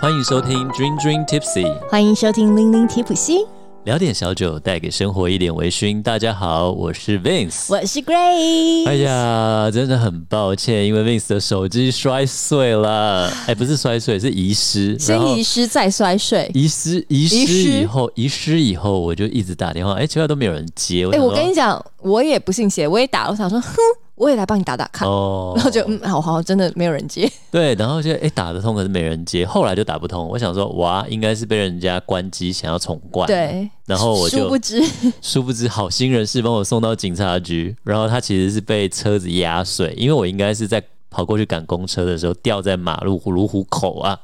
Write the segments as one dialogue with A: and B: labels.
A: 欢迎收听 Dream Dream Tipsy，
B: 欢迎收听零零提普西，
A: 聊点小酒，带给生活一点微醺。大家好，我是 Vince。
B: 我是 Grace。
A: 哎呀，真的很抱歉，因为 Vince 的手机摔碎了，哎，不是摔碎，是遗失，
C: 先遗失再摔碎。
A: 遗失，遗
C: 遗
A: 失
C: 失
A: 以后，遗失以后，我就一直打电话，哎，奇怪都没有人接。
C: 哎、
A: 想说
C: 我跟你讲，我也不信邪，我也打，我想说，哼，我也来帮你打打看，
A: 哦，
C: 然后就嗯，好好，真的没有人接，
A: 对，然后就哎、诶打得通，可是没人接，后来就打不通。我想说，哇，应该是被人家关机，想要重灌。
C: 对，
A: 哦然后我
C: 殊
A: 就
C: 不知，
A: 殊不知好心人士帮我送到警察局，然后他其实是被车子压碎，因为我应该是在跑过去赶公车的时候掉在马路卢湖口啊，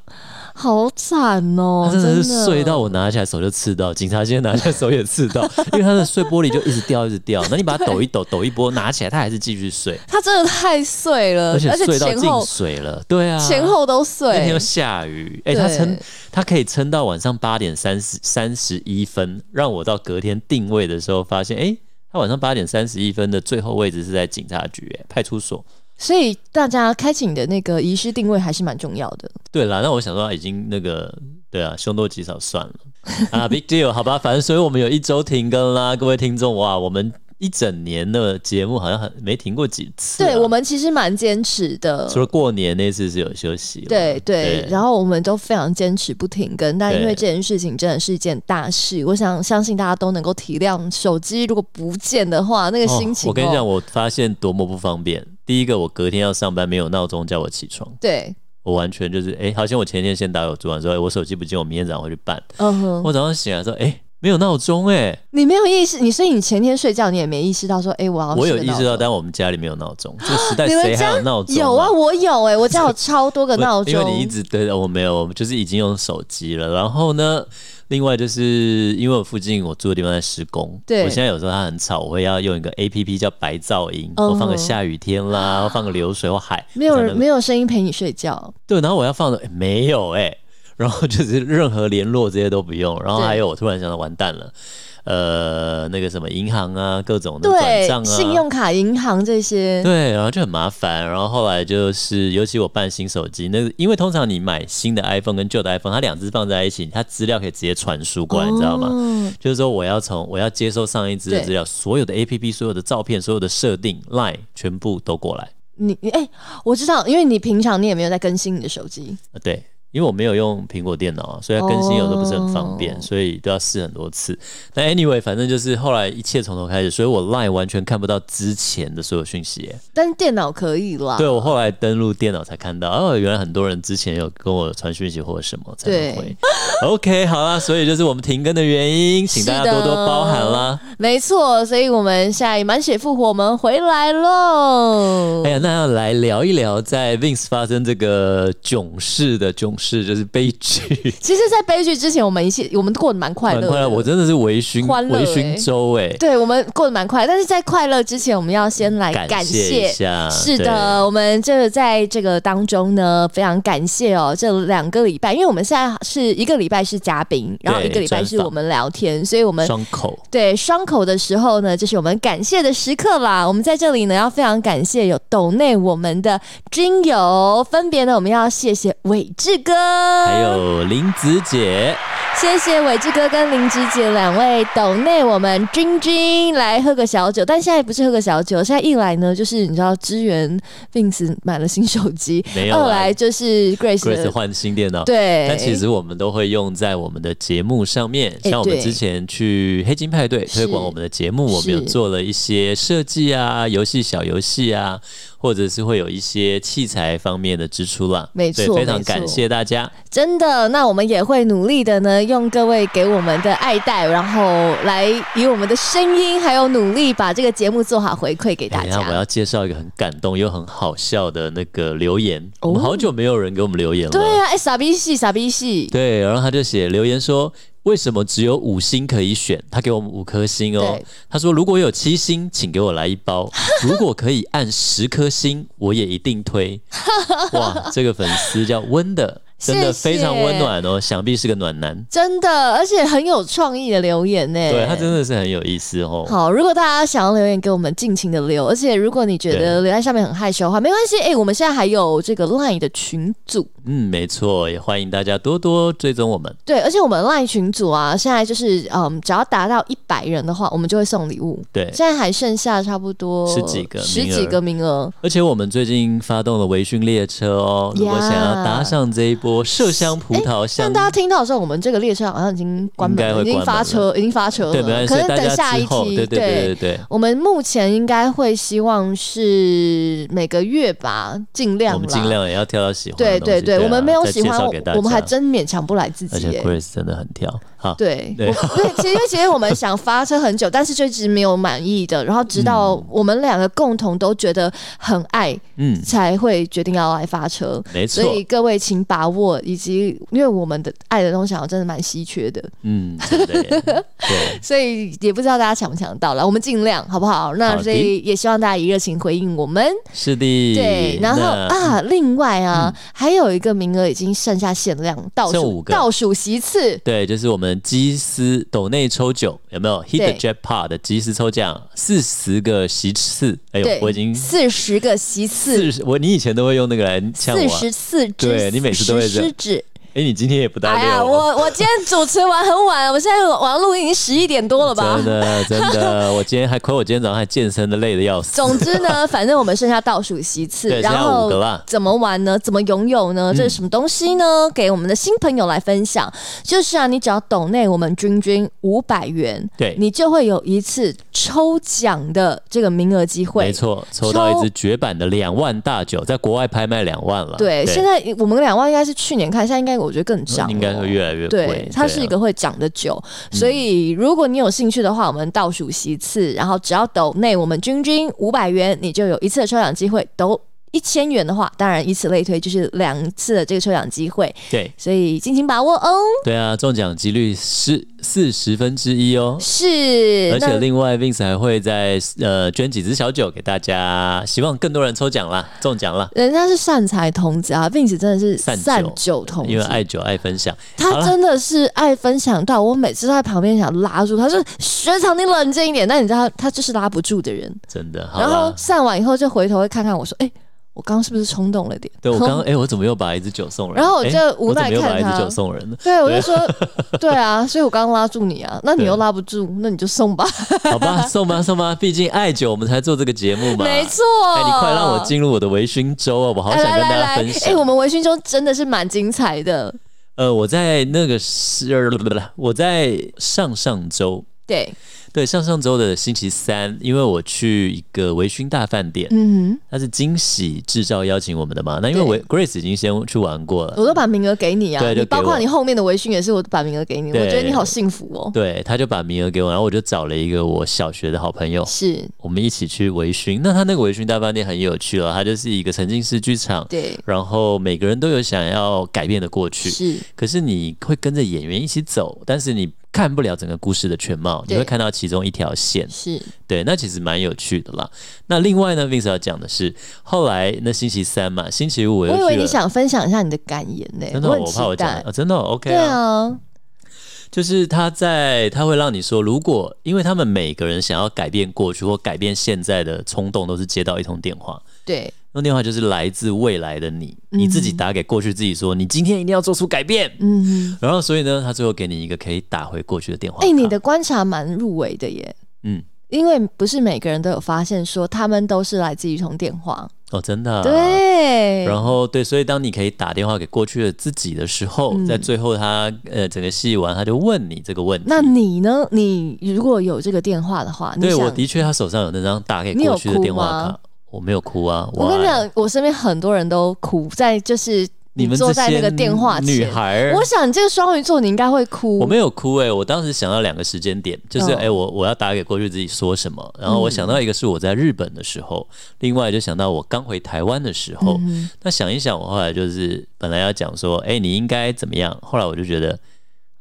C: 好惨哦、
A: 他真的是
C: 的
A: 碎到我拿起来手就刺到，警察今天拿起来手也刺 到，因为他的碎玻璃就一直掉一直掉，那你把它抖一抖，抖一波拿起来，它还是继续碎，
C: 它真的太碎了，
A: 而且碎到
C: 呃前
A: 进
C: 后
A: 水了，对啊，
C: 前后都
A: 那天
C: 碎
A: 又，下雨，哎、
C: 对
A: 他撑，他可以撑到晚上八点三十三十一分，让我到隔天定位的时候发现，哎、他晚上八点三十一分的最后位置是在警察局、哎，派出所。
C: 所以大家开启你的那个遗失定位还是蛮重要的。
A: 对啦，那我想说已经那个，对啊，凶多吉少算了 啊，big deal，好吧，反正所以我们有一周停更啦，各位听众哇，我们一整年的节目好像很没停过几次啊、
C: 对我们其实蛮坚持的，
A: 除了过年那次是有休息啦，
C: 对对，然
A: 后
C: 后我们都非常坚持不停更，但因为这件事情真的是一件大事，我想相信大家都能够体谅。手机如果不见的话，那个心情、
A: 我跟你
C: 哦
A: 讲，，我发现多么不方便。第一个，我隔天要上班，没有闹钟叫我起床，
C: 对，
A: 我完全就是，哎、好像我前天先打有主管说，哎、我手机不见，我明天早上回去办。
C: 嗯哼，
A: 我早上醒来说，哎、没有闹钟，哎，
C: 你没有意识，你所以你前天睡觉你也没意识到说，哎、我要
A: 我有
C: 设
A: 意
C: 闹
A: 识到，
C: 钟
A: 但我们家里没有闹 钟，这个时代
C: 你们
A: 谁还有闹钟、
C: 有啊，我有哎、我家有超 多个
A: 我
C: 闹钟，
A: 因为你一直对我没有，我们就是已经用手机了。然后呢，另外就是因为我附近我住的地方在施工，
C: 对
A: 我现在有时候它很吵，我会要用一个 A P P 叫白噪音，
C: 嗯哼
A: 我放个下雨天啦，放个流水或海，
C: 没有
A: 我才
C: 人
A: 能
C: 没有声音陪你睡觉，
A: 对，然后我要放的、诶没有哎、然后就是任何联络这些都不用，然后
C: 对
A: 还有我突然想到完蛋了，呃，那个什么银行啊，各种的转
C: 对，
A: 账啊，
C: 信用卡、银行这些，
A: 对，然后就很麻烦。然后后来就是，尤其我办新手机，那因为通常你买新的 iPhone 跟旧的 iPhone，它两只放在一起，它资料可以直接传输过来，你知道吗？
C: 哦
A: 就是说，我要从我要接收上一支的
C: 对
A: 资料，所有的 A P P、所有的照片、所有的设定、Line 全部都过来。
C: 你你哎、我知道，因为你平常你也没有在更新你的手机，
A: 呃对，因为我没有用苹果电脑啊，所以它更新有时候不是很方便，
C: 哦
A: 所以都要试很多次。但 anyway，反正就是后来一切从头开始，所以我 Line 完全看不到之前的所有讯息耶、
C: 但是电脑可以啦。
A: 对我后来登录电脑才看到，哦，原来很多人之前有跟我传讯息或者什么才能
C: 对
A: 回。OK，好啦，所以就是我们停更的原因，请大家
C: 是
A: 多
C: 的
A: 多包涵啦。
C: 没错，所以我们下一满血复活，我们回来喽。
A: 哎呀，那要来聊一聊在 Vince 发生这个囧事的囧事，就是悲剧。
C: 其实，在悲剧之前，我们一起我们过得蛮快乐
A: 蛮
C: 的，
A: 快乐， 我真的是微醺，
C: 欢乐
A: 微
C: 欸
A: 醺周哎、
C: 对我们过得蛮快乐。但是在快乐之前，我们要先来感
A: 谢一下，
C: 是
A: 对
C: 的，我们这个在这个当中呢，非常感谢哦，这两个礼拜，因为我们现在是一个礼拜是嘉宾，然后
A: 对
C: 一个礼拜
A: 专
C: 是
A: 访
C: 我们聊天，所以我们
A: 双口。
C: 对双口的时候呢，这是我们感谢的时刻啦。我们在这里呢，要非常感谢有抖内我们的军友，分别呢，我们要谢谢伟志哥，
A: 还有林子姐，
C: 谢谢伟志哥跟林芝姐两位抖内我们君君来喝个小酒，但现在不是喝个小酒，现在一来呢，就是你知道支援 Vince 买了新手机，
A: 没有啦啊
C: 二来就是 Grace 的
A: Grace 换新电脑，
C: 对，
A: 但其实我们都会用在我们的节目上面，
C: 哎
A: 像我们
C: 对
A: 之前去黑金派对
C: 是
A: 推广我们的节目，我们
C: 是
A: 有做了一些设计啊、游戏小游戏啊，或者是会有一些器材方面的支出啦。
C: 没
A: 对
C: 错
A: 非常
C: 没错
A: 感谢大家。
C: 真的，那我们也会努力的呢，用各位给我们的爱戴，然后来以我们的声音还有努力，把这个节目做好回馈给大
A: 哎
C: 家。
A: 呀我要介绍一个很感动又很好笑的那个留言，
C: 哦
A: 我们好久没有人给我们留言了。
C: 对啊，哎、傻逼戏，傻逼戏，
A: 对，然后他就写留言说。为什么只有五星可以选？他给我们五颗星哦
C: 对。
A: 他说如果有七星，请给我来一 包；如果可以按十颗星，我也一定推。 哇，这个粉丝叫温的，真的
C: 谢谢
A: 非常温暖哦，想必是个暖男。
C: 真的，而且很有创意的留言呢。
A: 对他真的是很有意思哦。
C: 好，如果大家想要留言给我们，尽情的留。而且如果你觉得留在上面很害羞的话，没关系，哎、我们现在还有这个 LINE 的群组，
A: 嗯，没错，也欢迎大家多多追踪我们。
C: 对，而且我们赖群组啊，现在就是嗯，只要达到一百人的话，我们就会送礼物。
A: 对，
C: 现在还剩下差不多
A: 十几个名额
C: 十几个名额，
A: 而且我们最近发动了微醺列车哦，如果想要搭上这一波麝香葡萄
C: 但
A: 香，
C: 大家听到的时候，我们这个列车好像已经关门
A: 应该
C: 了，
A: 会
C: 已经
A: 关门
C: 发
A: 了
C: 车，已经发车了。
A: 对，没关系
C: 可，能
A: 大
C: 等下
A: 家
C: 一
A: 之后，
C: 期，
A: 对对对对对，
C: 我们目前应该会希望是每个月吧，尽量啦
A: 我们尽。量也要挑到喜欢的东
C: 对
A: 西。
C: 对对，
A: 啊
C: 我们没有
A: 再
C: 喜
A: 介
C: 欢
A: 绍给大，家
C: 我们还真勉强不来自
A: 而
C: 己、
A: 且
C: 耶。
A: Grace 真的很挑，好，
C: 对，
A: 对
C: 我对，其实因为其实我们想发车很久，但是就一直没有满意的，然后直到我们两个共同都觉得很爱，
A: 嗯，
C: 才会决定要来发车。
A: 没
C: 所
A: 错，
C: 以各位请把握，以及因为我们的爱的东西好像真的蛮稀缺的，
A: 嗯，真的 耶对，
C: 所以也不知道大家抢不抢得到了，我们尽量好不好？那
A: 好的
C: 所以也希望大家以热情回应我们。
A: 是的，
C: 对，然后
A: 那，嗯
C: 啊，另外啊，还有一个名额已经剩下限量，倒
A: 剩
C: 数
A: 五个
C: 倒数席次，
A: 对，就是我们基斯斗内抽奖有没有 Hit
C: 对
A: the Jackpot 的基斯抽奖四十个席次？哎呦
C: 对，，
A: 我已经
C: 四十个席次，
A: 四十，我你以前都会用那个来呛我
C: 四
A: 啊，
C: 十四只，
A: 对你每次都会这样
C: 十指。
A: 哎，你今天也不哦搭
C: 哎
A: 理
C: 呀，
A: 我。
C: 我我今天主持完很晚，我现在晚上录音已经十一点多了吧
A: 真。的，真的，我今天还亏，我今天早上还健身的，累的要死。
C: 总之呢， 反正我们剩下倒数席次，
A: 对
C: 然
A: 剩下五
C: 后
A: 个啦嗯
C: 怎么玩呢？怎么拥有呢？这是什么东西呢？给我们的新朋友来分享，就是啊，你只要抖内我们君君五百元，
A: 对
C: 你就会有一次抽奖的这个名额机会。
A: 没错，抽到一支绝版的两万大酒，在国外拍卖两万了。
C: 对，现在我们两万应该是去年看，现在应该我觉得更涨了，
A: 应该会越来越贵。
C: 对，它是一
A: 啊
C: 个会涨的酒，所以如果你有兴趣的话，我们倒数席次，然后只要抖内我们君君五百元，你就有一次的抽奖机会；抖一千元的话，当然以此类推，就是两次的这个抽奖机会，
A: 对
C: 所以尽情把握哦。
A: 对啊，中奖几率是四十分之一哦。
C: 是，
A: 而且另外，Vince 还会在呃捐几支小酒给大家，希望更多人抽奖啦，中奖啦，
C: 人呃家是善财童子啊，Vince 真的是
A: 散酒
C: 善酒童
A: 因为
C: 子。
A: 爱酒爱分享。好
C: 他
A: 啦
C: 真的是爱分享到，我每次都在旁边想拉住他，说：“学长，你冷静一点。”但你知道他，他就是拉不住的人。
A: 真的，好
C: 然后
A: 啦，
C: 散完以后就回头会看看我说，哎、我刚刚是不是冲动了点？
A: 对我刚刚，哎，我怎么又把一支酒送人？
C: 然后我
A: 哎
C: 就无
A: 我怎
C: 奈
A: 么又把
C: 看
A: 一支
C: 他
A: 酒送人呢？
C: 对，我就说， 对啊，所以我刚刚拉住你啊，那你
A: 对
C: 又拉不住，那你就送吧，
A: 好吧，送吧送吧，毕竟爱酒我们才做这个节目嘛。
C: 没错。
A: 哎，你快让我进入我的微醺周啊！我好
C: 哎。
A: 想
C: 来
A: 跟大
C: 来
A: 家
C: 来
A: 分，
C: 哎、
A: 享。
C: 我们微醺中真的是蛮精彩的，
A: 呃，我在那个是，不不，我在上上周，
C: 对，
A: 对，上上周的星期三，因为我去一个微醺大饭店，
C: 嗯
A: 它是惊喜制造邀请我们的嘛。那因为我 Grace 已经先去玩过
C: 哼，
A: 了，
C: 我都把名额给你啊，
A: 对就
C: 你包
A: 给
C: 括
A: 我
C: 你后面的微醺也是我把名额给你，我
A: 对
C: 觉得你好幸福哦。
A: 对，他就把名额给我，然后我就找了一个我小学的好朋友，
C: 是，
A: 我们一起去微醺。那他那个微醺大饭店很有趣了，它就是一个沉浸式剧场，
C: 对，
A: 然后每个人都有想要改变的过去，
C: 是，
A: 可是你会跟着演员一起走，但是你看不了整个故事的全貌，你
C: 对
A: 会看到其中一条线。
C: 是，
A: 对，那其实蛮有趣的啦。那另外呢，Vince 要讲的是，后来那星期三嘛，星期五我
C: 我
A: 又
C: 以
A: 去
C: 为你
A: 了。
C: 想分享一下你的感言呢、
A: 真的哦，
C: 很
A: 我
C: 期
A: 怕我讲
C: 待。
A: 啊，真的、哦、OK
C: 对啊，
A: 就是他在他会让你说，如果因为他们每个人想要改变过去或改变现在的冲动，都是接到一通电话，
C: 对，
A: 那电话就是来自未来的你，你自己打给过去自己说，你今天一定要做出改变。
C: 嗯哼。
A: 然后所以呢，他最后给你一个可以打回过去的电话卡。
C: 哎、你的观察蛮入围的耶。
A: 嗯，
C: 因为不是每个人都有发现说他们都是来自一通电话。
A: 哦，真的、。
C: 对，
A: 然后对，所以当你可以打电话给过去的自己的时候，
C: 嗯
A: 在最后他呃整个戏完，他就问你这个问题。
C: 那你呢？你如果有这个电话的话，你
A: 对
C: 想
A: 我的确，他手上有那张打给
C: 你有
A: 过去的
C: 哭
A: 电话
C: 吗
A: 卡，我没有哭啊。
C: 我跟你
A: 爱
C: 讲，我身边很多人都哭在就是
A: 你们
C: 坐
A: 这
C: 在
A: 些
C: 那个电话
A: 女
C: 前。
A: 孩儿，
C: 我想你这个双鱼座，你应该会哭。
A: 我没有哭哎、我当时想到两个时间点，就是
C: 嗯
A: 哎、我我要打给过去自己说什么，然后我想到一个是我在日本的时候，另外就想到我刚回台湾的时候。
C: 嗯
A: 那想一想，我后来就是本来要讲说，哎、你应该怎么样，后来我就觉得，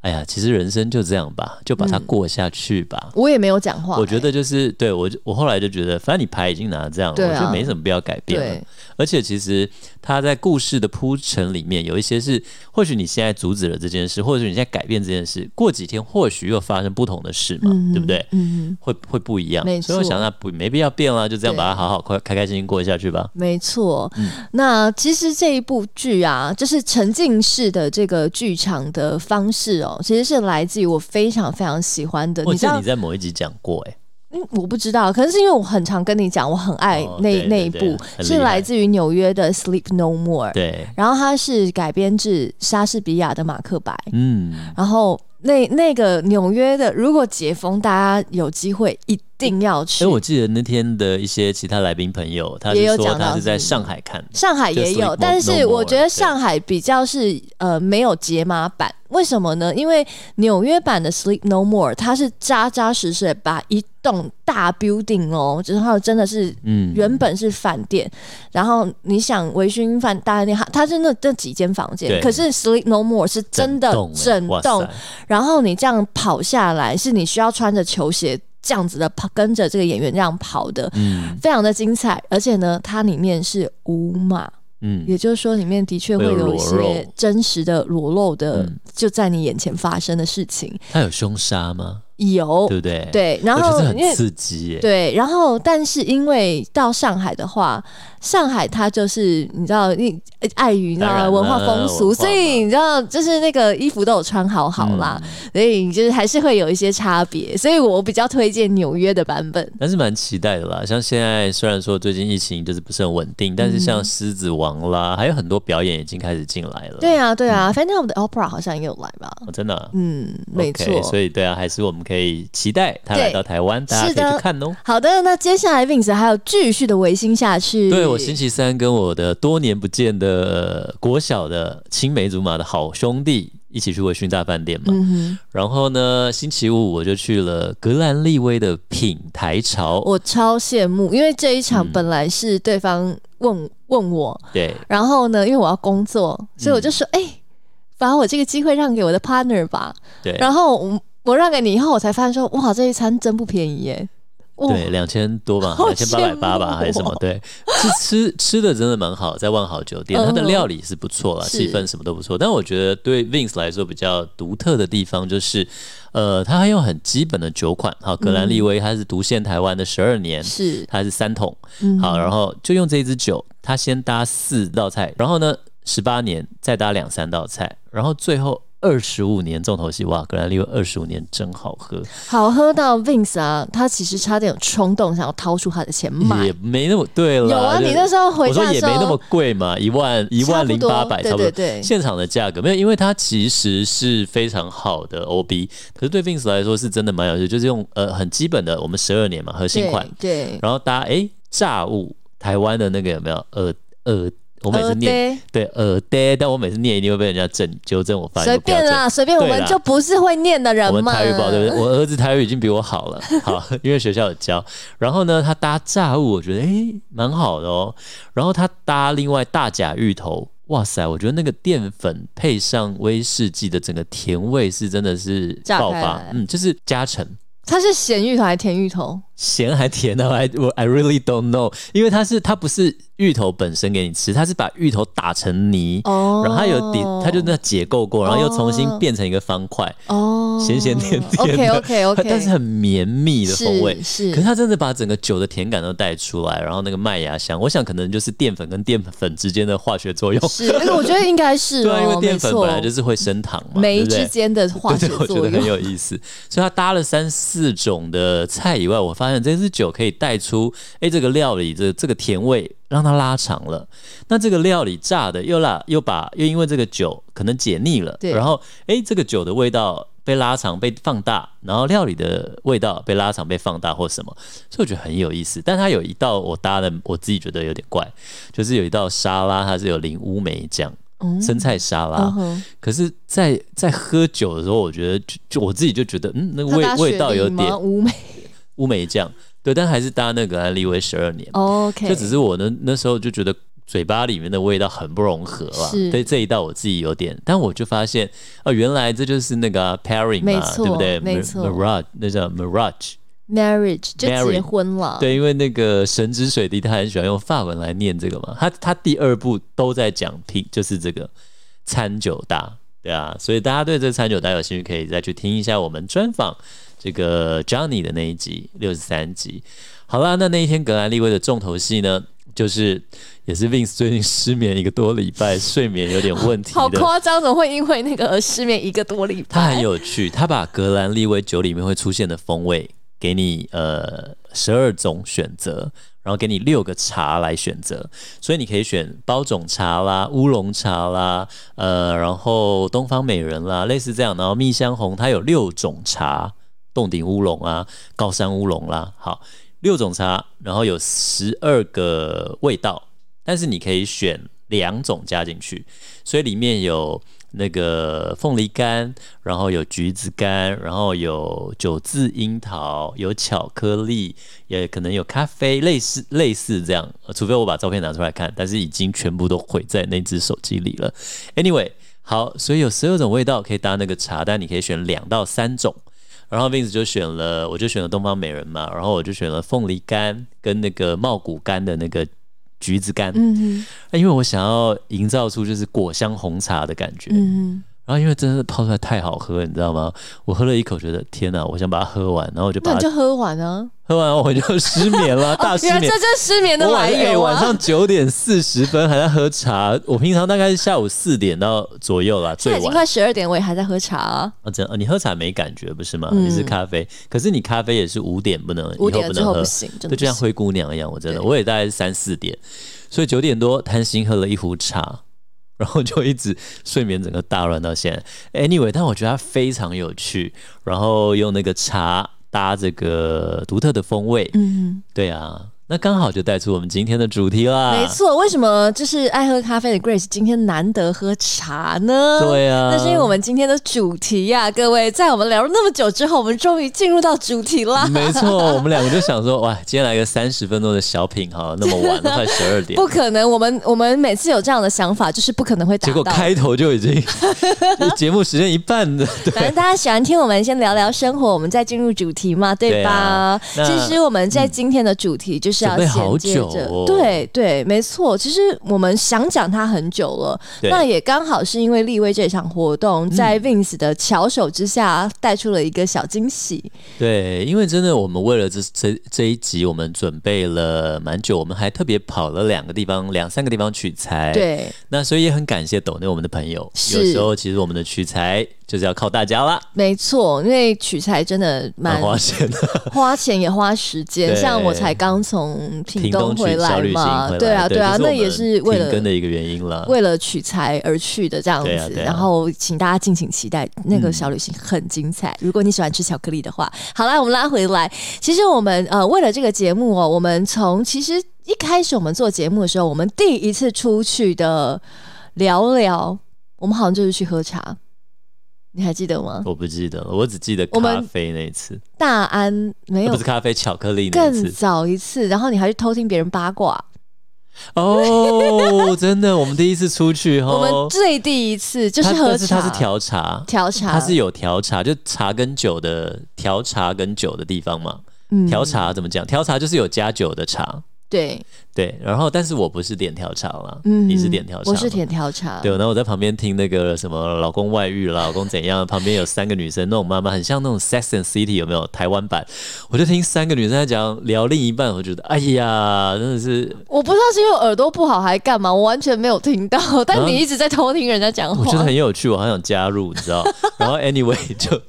A: 哎呀，其实人生就这样吧，就把
C: 嗯
A: 它过下去吧。
C: 我也没有讲话、
A: 我觉得就是对我，我后来就觉得，反正你牌已经拿这样了，
C: 欸对啊
A: 我觉得没什么必要改变了
C: 对。
A: 而且其实它在故事的铺陈里面有一些是，或许你现在阻止了这件事，或者你现在改变这件事，过几天或许又发生不同的事嘛，对不对？
C: 嗯，
A: 会会不一样
C: 没，
A: 所以我
C: 错
A: 想那不没必要变了，就这样
C: 对
A: 把它好好快开开心心过下去吧。
C: 没错。
A: 嗯
C: 那其实这一部剧啊，就是沉浸式的这个剧场的方式哦，其实是来自于我非常非常喜欢的。
A: 我
C: 你
A: 记
C: 知
A: 得
C: 道
A: 你，在某一集讲过、欸，
C: 嗯，我不知道，可能是因为我很常跟你讲，我很爱
A: 哦
C: 那、
A: 对
C: 那一
A: 对
C: 部
A: 对，很
C: 是
A: 厉
C: 来
A: 害
C: 自于纽约的《Sleep No More》。
A: 对，
C: 然后它是改编自莎士比亚的《马克白》，
A: 嗯，
C: 然后那那个纽约的，如果解封，大家有机会一定要去。
A: 所哎以我记得那天的一些其他来宾朋友，他
C: 也
A: 是
C: 有
A: 说
C: 讲到
A: 他是在
C: 是
A: 上海看的，
C: 上海也
A: 就 Sleep
C: 有
A: No-，
C: 但是
A: No More，
C: 我觉得上海比较是呃没有解码版，为什么呢？因为纽约版的 Sleep No More，它是扎扎实实地把一栋大 building 哦，就是它真的是
A: 嗯，
C: 原本是饭店，然后你想微醺饭大店，它它是那那几间房间，
A: 对
C: 可是 Sleep No More 是真的
A: 栋欸
C: 整
A: 哇
C: 栋
A: 塞，
C: 然后你这样跑下来，是你需要穿着球鞋这样子的跑，跟着这个演员这样跑的，
A: 嗯
C: 非常的精彩。而且呢，它里面是无码，
A: 嗯，
C: 也就是说里面的确会
A: 会有
C: 有一
A: 裸露
C: 些真实的裸露的
A: 嗯
C: 就在你眼前发生的事情，
A: 他有凶杀吗？
C: 有
A: 对不对？，
C: 对，然
A: 我觉
C: 后
A: 得
C: 因为
A: 很刺激、欸，
C: 对，然后但是因为到上海的话，上海它就是你知道，你呃碍于你知
A: 当然
C: 道
A: 啦
C: 文化风俗，
A: 文化
C: 所
A: 嘛
C: 以你知道就是那个衣服都有穿好好啦，
A: 嗯
C: 所以就是还是会有一些差别，所以我比较推荐纽约的版本。
A: 但是蛮期待的啦。像现在虽然说最近疫情就是不是很稳定，但是
C: 嗯
A: 像狮子王啦，还有很多表演已经开始进来了。
C: 对啊，对
A: 嗯
C: 啊，Phantom 的 Opera 好像也有来吧？
A: 哦真的啊、
C: 嗯，没
A: OK，
C: 错。
A: 所以对啊，还是我们可以期待他
C: 对
A: 来到台湾，大
C: 是
A: 家可以
C: 的
A: 去看哦。
C: 好的，那接下来 Vince 还有继续的维新下去。
A: 对我星期三跟我的多年不见的国小的青梅竹马的好兄弟一起去微醺大饭店嘛，
C: 嗯哼，
A: 然后呢，星期五我就去了格兰利威的品台潮，
C: 我超羡慕，因为这一
A: 嗯
C: 场本来是对方问问我，
A: 对，
C: 然后呢，因为我要工作，所以我就说，
A: 嗯
C: 哎、把我这个机会让给我的 partner 吧。
A: 对
C: 然后我我让给你以后，我才发现说，哇，这一餐真不便宜耶。哇
A: 对，两千多吧，
C: 好
A: 两千八百八
C: 羡慕
A: 吧，还是什么
C: 哦？
A: 对，吃吃 吃的真的蛮好，在万豪酒店，
C: 嗯
A: 它的料理是不错啦，
C: 是
A: 气氛什么都不错。但我觉得对 Vince 来说比较独特的地方就是，呃，它还有很基本的酒款，好，格兰利威它是独限台湾的十二年，
C: 是，
A: 它是三桶，
C: 嗯
A: 好，然后就用这一支酒，它先搭四道菜，然后呢，十八年再搭两三道菜，然后最后二十五年重头戏，哇，格兰利威二十五年真好喝，
C: 好喝到 Vince 啊，他其实差点有冲动想要掏出他的钱买
A: 也。没那么对了，
C: 有啊，
A: 就
C: 你那时候回
A: 我说
C: 家的
A: 也
C: 时
A: 没那么
C: 候，
A: 贵嘛，一万一万零八百，差
C: 差不多
A: 不多。
C: 对对对
A: 现场的价格没有，因为它其实是非常好的 OB，可是对 Vince 来说是真的蛮有趣，就是用呃很基本的我们十二年嘛核心款
C: 对，对，
A: 然后搭诶炸物，台湾的那个有没有耳耳？我每次念
C: 呃
A: 对耳呆，但我每次念一定会被人家正纠正我发
C: 对
A: 音
C: 随
A: 的标
C: 便
A: 准。
C: 啦，随便，我
A: 对
C: 们
A: 啦
C: 就不是会念的人
A: 我们
C: 嘛。
A: 台语不好，对不对？我儿子台语已经比我好 了，好，因为学校有教。然后呢，他搭炸物，我觉得诶蛮好的哦。然后他搭另外大甲芋头，哇塞，我觉得那个淀粉配上威士忌的整个甜味是真的是
C: 炸
A: 爆
C: 开
A: 发
C: 来，
A: 嗯，就是加成。
C: 他是咸芋头还是甜芋头？
A: 咸还甜呢、我 I 我 I really don't know，因为它是它不是芋头本身给你吃，它是把芋头打成泥，
C: 哦，
A: 然后它有底，它就那解构过，然后又重新
C: 哦
A: 变成一个方块，
C: 哦，
A: 咸咸甜甜的
C: OK OK
A: 它
C: OK，
A: 但是很绵密的风味。
C: 是
A: 可是它真的把整个酒的甜感都带出来，然后那个麦芽香，我想可能就是淀粉跟淀粉之间的化学作用。
C: 是，那个我觉得应该是、哦，
A: 对啊，因为淀粉
C: 没错
A: 本来就是会升糖嘛，对
C: 酶
A: 不对
C: 之间的化
A: 对
C: 学
A: 对，我觉
C: 作
A: 得很
C: 用。
A: 有意思。所以它搭了三四种的菜以外，我发现这支酒可以带出，哎，这个料理这这个甜味让它拉长了。那这个料理炸的又辣，又把又因为这个酒可能解腻了，
C: 对
A: 然后哎，这个酒的味道被拉长、被放大，然后料理的味道被拉长、被放大或什么，所以我觉得很有意思。但它有一道我搭的，我自己觉得有点怪，就是有一道沙拉，它是有淋乌梅酱。
C: 哦
A: 生菜沙拉，
C: 嗯哼，
A: 可是在，在喝酒的时候，我觉得就就我自己就觉得，嗯，那个
C: 它
A: 味
C: 搭雪
A: 味道
C: 梨
A: 有
C: 吗
A: 点
C: 乌梅。
A: 乌梅酱，对，但还是搭那个安利威十二年，
C: OK，
A: 就只是我呢那时候就觉得嘴巴里面的味道很不融合啦
C: 是，
A: 对这一道我自己有点，但我就发现，哦、原来这就是那个啊 pairing
C: 没
A: 嘛，
C: 错
A: 对不对？
C: 没错
A: m i r a g e 那叫 mirage。
C: marriage 就
A: Marriage
C: 结婚了。
A: 对，因为那个神之水滴，他很喜欢用法文来念这个嘛。他他第二部都在讲听，就是这个餐酒搭，对啊。所以大家对这个餐酒搭有兴趣，可以再去听一下我们专访这个 Johnny 的那一集，六十三集。好啦，那那一天格兰利威的重头戏呢，就是也是 Vince 最近失眠一个多礼拜，睡眠有点问题
C: 好
A: 的
C: 夸张，怎么会因为那个而失眠一个多礼
A: 它很
C: 拜？
A: 有趣，它把格兰利威酒里面会出现的风味给你呃十二种选择，然后给你六个茶来选择，所以你可以选包种茶啦、乌龙茶啦，呃，然后东方美人啦，类似这样，然后蜜香红它有六种茶，洞顶乌龙啊、高山乌龙啦，好，六种茶，然后有十二个味道，但是你可以选两种加进去，所以里面有那个凤梨干，然后有橘子干，然后有九字樱桃，有巧克力，也可能有咖啡，类似类似这样、呃除非我把照片拿出来看，但是已经全部都毁在那只手机里了。Anyway，好，所以有十二种味道可以搭那个茶，但你可以选两到三种。然后 Vince 就选了，我就选了东方美人嘛，然后我就选了凤梨干跟那个茂谷干的那个橘子干，
C: 嗯
A: 那因为我想要营造出就是果香红茶的感觉，
C: 哼嗯
A: 然后因为真的泡出来太好喝了，你知道吗？我喝了一口，觉得天哪，我想把它喝完，然后我就
C: 哼，那
A: 把
C: 你
A: 它
C: 就喝完啊！
A: 喝完，我就失眠 了，大失
C: 原来
A: 眠
C: 这。就是失眠的
A: 我
C: 来
A: 晚哎
C: 由
A: 晚
C: 啊！
A: 上九点四十分还在喝茶，我平常大概是下午四点到左右啦，
C: 现
A: 最
C: 在已经
A: 晚。
C: 快十二点，我也还在喝茶啊。
A: 啊，真的、你喝茶没感觉不是吗？你
C: 嗯
A: 是咖啡，可是你咖啡也是五点不能，
C: 五
A: 以后
C: 点
A: 不
C: 之
A: 能
C: 后
A: 喝，
C: 不行，
A: 对，
C: 真的
A: 就像
C: 不行。
A: 灰姑娘一样，我真的，
C: 对
A: 我也大概是三四点，所以九点多贪心喝了一壶茶， 然后就一直睡眠整个大乱到现在。Anyway，但我觉得它非常有趣，然后用那个茶搭这个独特的风味，
C: 嗯，
A: 对啊，那刚好就带出我们今天的主题啦，
C: 没，错。为什么就是爱喝咖啡的 Grace 今天难得喝茶呢？
A: 对啊，
C: 那是因为我们今天的主题呀、各位，在我们聊了那么久之后，我们终于进入到主题啦。
A: 没错，我们两个就想说，哇，今天来个三十分钟的小品哈，那么晚都快十二点
C: 不，可能，我们我们每次有这样的想法，就是不可能会达
A: 结
C: 到
A: 果
C: 的。
A: 开头就已经 就节目时间一半的，对
C: 反正大家喜欢听我们先聊聊生活，我们再进入主题嘛，对
A: 对
C: 吧？
A: 啊那
C: 其实我们在今天的主题就是要
A: 准备好
C: 衔接着，
A: 久哦
C: 对对，没错。其实我们想讲它很久了，
A: 对嗯
C: 那也刚好是因为立威这场活动，在 Vince 的巧手之下，带出了一个小惊喜。
A: 对，因为真的，我们为了这这这一集，我们准备了蛮久，我们还特别跑了两个地方，两三个地方取材。，
C: 对，
A: 那所以也很感谢抖内我们的朋友。有
C: 是
A: 时候其实我们的取材就是要靠大家啦，
C: 没错，因为取材真的蛮
A: 蛮花钱 的。
C: 花钱也花时 间，
A: 对
C: 像我才刚从屏
A: 屏东
C: 回
A: 去
C: 来
A: 小旅行
C: 嘛，
A: 回来，
C: 对啊，对啊，
A: 这
C: 那
A: 我
C: 也
A: 们
C: 是为
A: 停更
C: 了
A: 的一个原因了。
C: 为了取材而去的这样
A: 嗯
C: 子。
A: 对啊对啊嗯
C: 然后请大家敬请期待那个小旅行很精彩。如果你喜欢吃巧克力的话，好啦，我们拉回来。其实我们呃为了这个节目哦，我们从其实一开始我们做节目的时候，我们第一次出去的聊聊，我们好像就是去喝茶，你还记得吗？
A: 我不记得了，我只记得
C: 我们
A: 咖啡那一次，
C: 大安没
A: 啊
C: 有
A: 不是咖啡，巧克力那一
C: 更
A: 次。
C: 早一次，然后你还去偷听别人八卦。
A: 哦，真的，我们第一次出去
C: 我们
A: 吼，
C: 最第一次就是
A: 他
C: 喝
A: 哦但是
C: 茶，
A: 他是调茶，
C: 调茶，
A: 它是有调茶，就茶跟酒的调茶跟酒的地方嘛。
C: 嗯
A: 调茶怎么讲？调茶就是有加酒的茶，
C: 对，
A: 对。然后，但是我不是点调茶啦，
C: 嗯，
A: 你是点调茶，
C: 我是。点调茶，
A: 对，然后我在旁边听那个什么老公外遇啦，老公怎样，旁边有三个女生，那种妈妈很像那种《Sex and City》有没有台湾版？我就听三个女生在讲聊另一半，我觉得哎呀，真的是，
C: 我不知道是因为耳朵不好还干嘛，我完全没有 听到，但
A: 啊
C: 你一直在偷听人家讲
A: 我觉得
C: 话。
A: 很有趣，我好想加入，你知 道？然后 anyway 就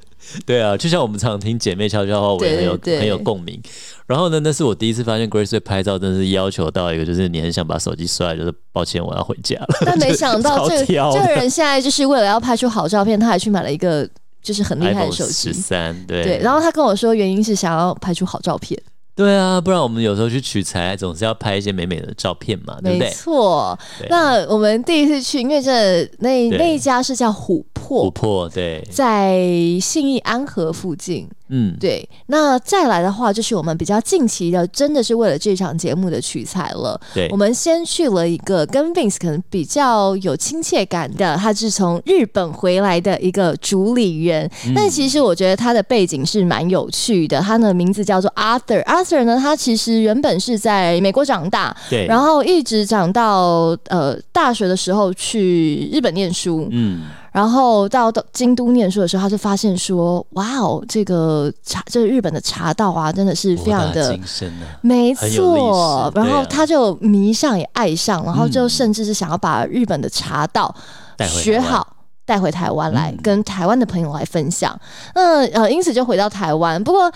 A: 对啊，就像我们常听姐妹悄悄话，我也很有
C: 对对
A: 很有共鸣。然后呢，那是我第一次发现 Grace 对拍照真的是要求到一个，就是你很想把手机摔，就是抱歉，我要回家了。
C: 但没想到
A: 就是
C: 这
A: 超挑
C: 这
A: 的
C: 个人现在就是为了要拍出好照片，他还去买了一个就是很厉害
A: iPhone
C: 的手
A: 十
C: 机。
A: 三，对
C: 对，然后他跟我说，原因是想要拍出好照片，
A: 对啊，不然我们有时候去取材，总是要拍一些美美的照片嘛，对不
C: 没
A: 对？
C: 错
A: 对。
C: 那我们第一次去，因为这那
A: 对
C: 那一家是叫琥珀
A: 琥珀，对
C: 在信义安和附近。
A: 嗯，
C: 对，那再来的话，就是我们比较近期的，真的是为了这场节目的取材了。
A: 对
C: 我们先去了一个跟 Vince 可能比较有亲切感的，他是从日本回来的一个主理人。
A: 嗯
C: 但其实我觉得他的背景是蛮有趣的，他的名字叫做 Arthur。Arthur 呢，他其实原本是在美国长大，
A: 对，
C: 然后一直长到呃大学的时候去日本念书。
A: 嗯，
C: 然后到到京都念书的时候，他就发现说：“哇哦，这个茶，这个日本的茶道啊，真的是非常
A: 博大
C: 的
A: 精深啊，
C: 没
A: 很有历
C: 错
A: 史。”对啊嗯
C: 然后他就迷上也爱上，然后就甚至是想要把日本的茶道
A: 带回
C: 学
A: 台湾
C: 好。 带回台湾来
A: 嗯，
C: 跟台湾的朋友来分享。那呃，因此就回到台湾。不过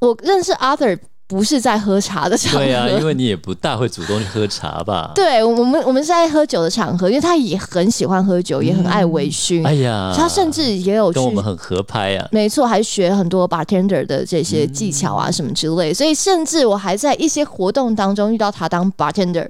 C: 我认识 Arthur 不是在喝茶的场合，
A: 对啊，因为你也不大会主动去喝茶吧？，
C: 对我们我们是在喝酒的场合，因为他也很喜欢喝酒，也很爱微醺。
A: 嗯哎呀，
C: 他甚至也有去
A: 跟我们很合拍啊，
C: 没错，还学很多 bartender 的这些技巧
A: 嗯
C: 啊什么之类，所以甚至我还在一些活动当中遇到他当 bartender，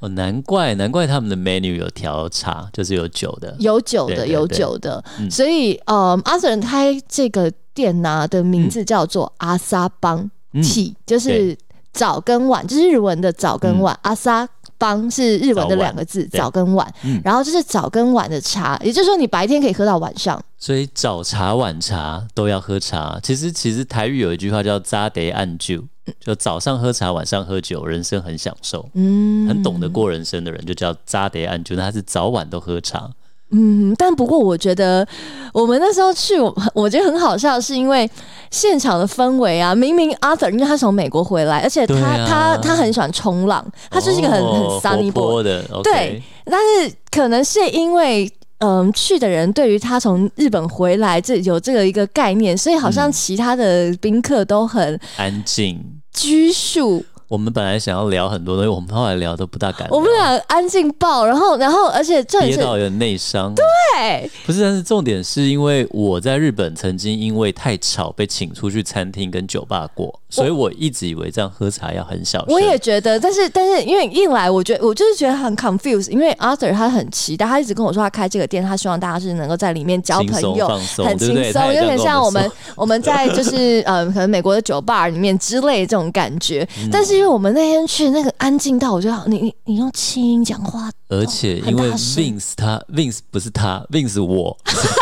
A: 哦，难怪难怪他们的 menu 有调茶，就是有酒的，
C: 有酒
A: 对
C: 的，
A: 对
C: 有
A: 对
C: 酒的，
A: 嗯
C: 所以呃，阿 Sir 开这个店呢、的名字叫做阿萨邦
A: 嗯
C: 起，就是早跟晚，就是日文的早跟晚，阿萨。邦是日
A: 嗯早
C: 文的
A: 晚
C: 两个字，
A: 对
C: 早跟晚
A: 嗯，
C: 然后就是早跟晚的茶，也就是说你白天可以喝到晚上，
A: 所以早茶晚茶都要喝茶。其实其实台语有一句话叫“扎得按酒”，就早上喝茶，晚上喝酒，人生很享受。
C: 嗯，
A: 很懂得过人生的人就叫扎得按酒，那他是早晚都喝茶。
C: 嗯，但不过我觉得我们那时候去，我我觉得很好笑，是因为现场的氛围啊，明明 Arthur 因为他从美国回来，而且他、
A: 对啊
C: 他他很喜欢冲浪，他就是一个很、
A: 哦
C: 很
A: 活
C: sunny boy，
A: 泼的。o
C: 对但是可能是因为。嗯，去的人对于他从日本回来这有这个一个概念，所以好像其他的宾客都很
A: 安静。
C: 拘束，
A: 我们本来想要聊很多东西，我们后来聊都不大敢聊。
C: 我们俩安静爆，然后然后而且这也
A: 憋
C: 是
A: 到有点内伤。
C: 对
A: 不是，但是重点是因为我在日本曾经因为太吵被请出去餐厅跟酒吧过，所以我一直以为这样喝茶要很小声。
C: 我也觉得，但是但是因为一来，我觉得我就是觉得很 confused，因为 Arthur 他很期待，他一直跟我说他开这个店，他希望大家是能够在里面交
A: 轻
C: 朋
A: 松
C: 友，
A: 放松，
C: 很
A: 对
C: 轻
A: 不对？
C: 松，
A: 他也这
C: 有
A: 样
C: 点
A: 跟
C: 像我
A: 我
C: 们
A: 说
C: 我们在就是 呃可能美国的酒吧里面之类这种感觉。
A: 嗯
C: 但是因为我们那天去那个安静到，我觉得你你你用轻音讲话，
A: 而且因
C: 很
A: 为
C: 大声
A: Vince 他 Vince 不是他 Vince 我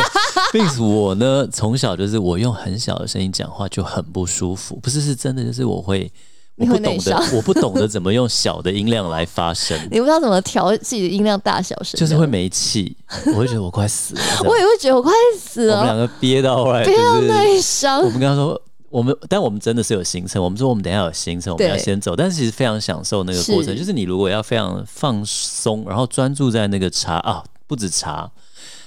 A: Vince 我呢，从小就是我用很小的声音讲话就很不舒服，不是是真的，就是我会我
C: 你
A: 不
C: 会内
A: 懂得
C: 伤
A: 我不懂得怎么用小的音量来发声，
C: 你不知道怎么调自己的音量大小声，
A: 就是会。没气，我会觉得我快死了。这样
C: 我也会觉得我快死
A: 我们两
C: 了，
A: 个憋到后来，
C: 不要
A: 就是
C: 内伤
A: 我。们刚刚说。我们，但我们真的是有行程。我们说我们等一下有行程，我们
C: 对
A: 要先走。但是其实非常享受那个过程，
C: 是
A: 就是你如果要非常放松，然后专注在那个茶啊，不止茶，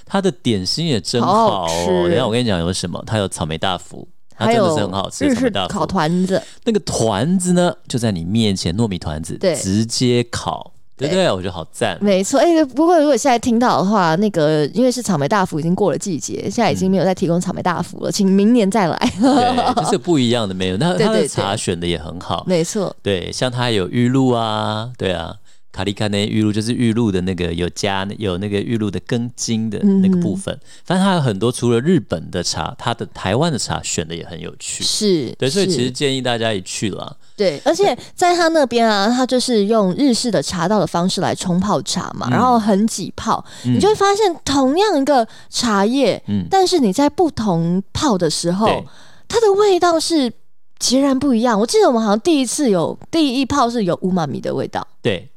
A: 它的点心也真
C: 好好
A: 好哦。
C: 吃
A: 等一下我跟你讲有什么，它有草莓大福，它
C: 还
A: 真的
C: 有
A: 是很好吃。
C: 日
A: 草莓
C: 式
A: 大
C: 烤
A: 福，
C: 团子，
A: 那个团子呢就在你面前，糯米团子，
C: 对
A: 直接烤，对不对？我觉得好赞。
C: 没错，哎、不过如果现在听到的话，那个因为是草莓大福已经过了季节，现在已经没有再提供草莓大福了，请明年再 来。
A: 对，就是有不一样的没有。那
C: 对
A: 它
C: 对
A: 的
C: 对
A: 茶选的也很好，
C: 没错，
A: 对，像它有玉露啊，对啊，卡利卡内玉露就是玉露的那个有加有那个玉露的根茎的
C: 嗯
A: 那个部分，反正它有很多除了日本的茶，它的台湾的茶选的也很有趣。
C: 是，
A: 对，所以
C: 是
A: 其实建议大家一去啦，
C: 对，而且在他那边啊，他就是用日式的茶道的方式来冲泡茶
A: 嗯
C: 嘛，然后很挤泡，你就会发现同样一个茶叶，
A: 嗯
C: 但是你在不同泡的时候
A: 对，
C: 它的味道是截然不一样。我记得我们好像第一次有第一泡是有乌玛米的味道，
A: 对。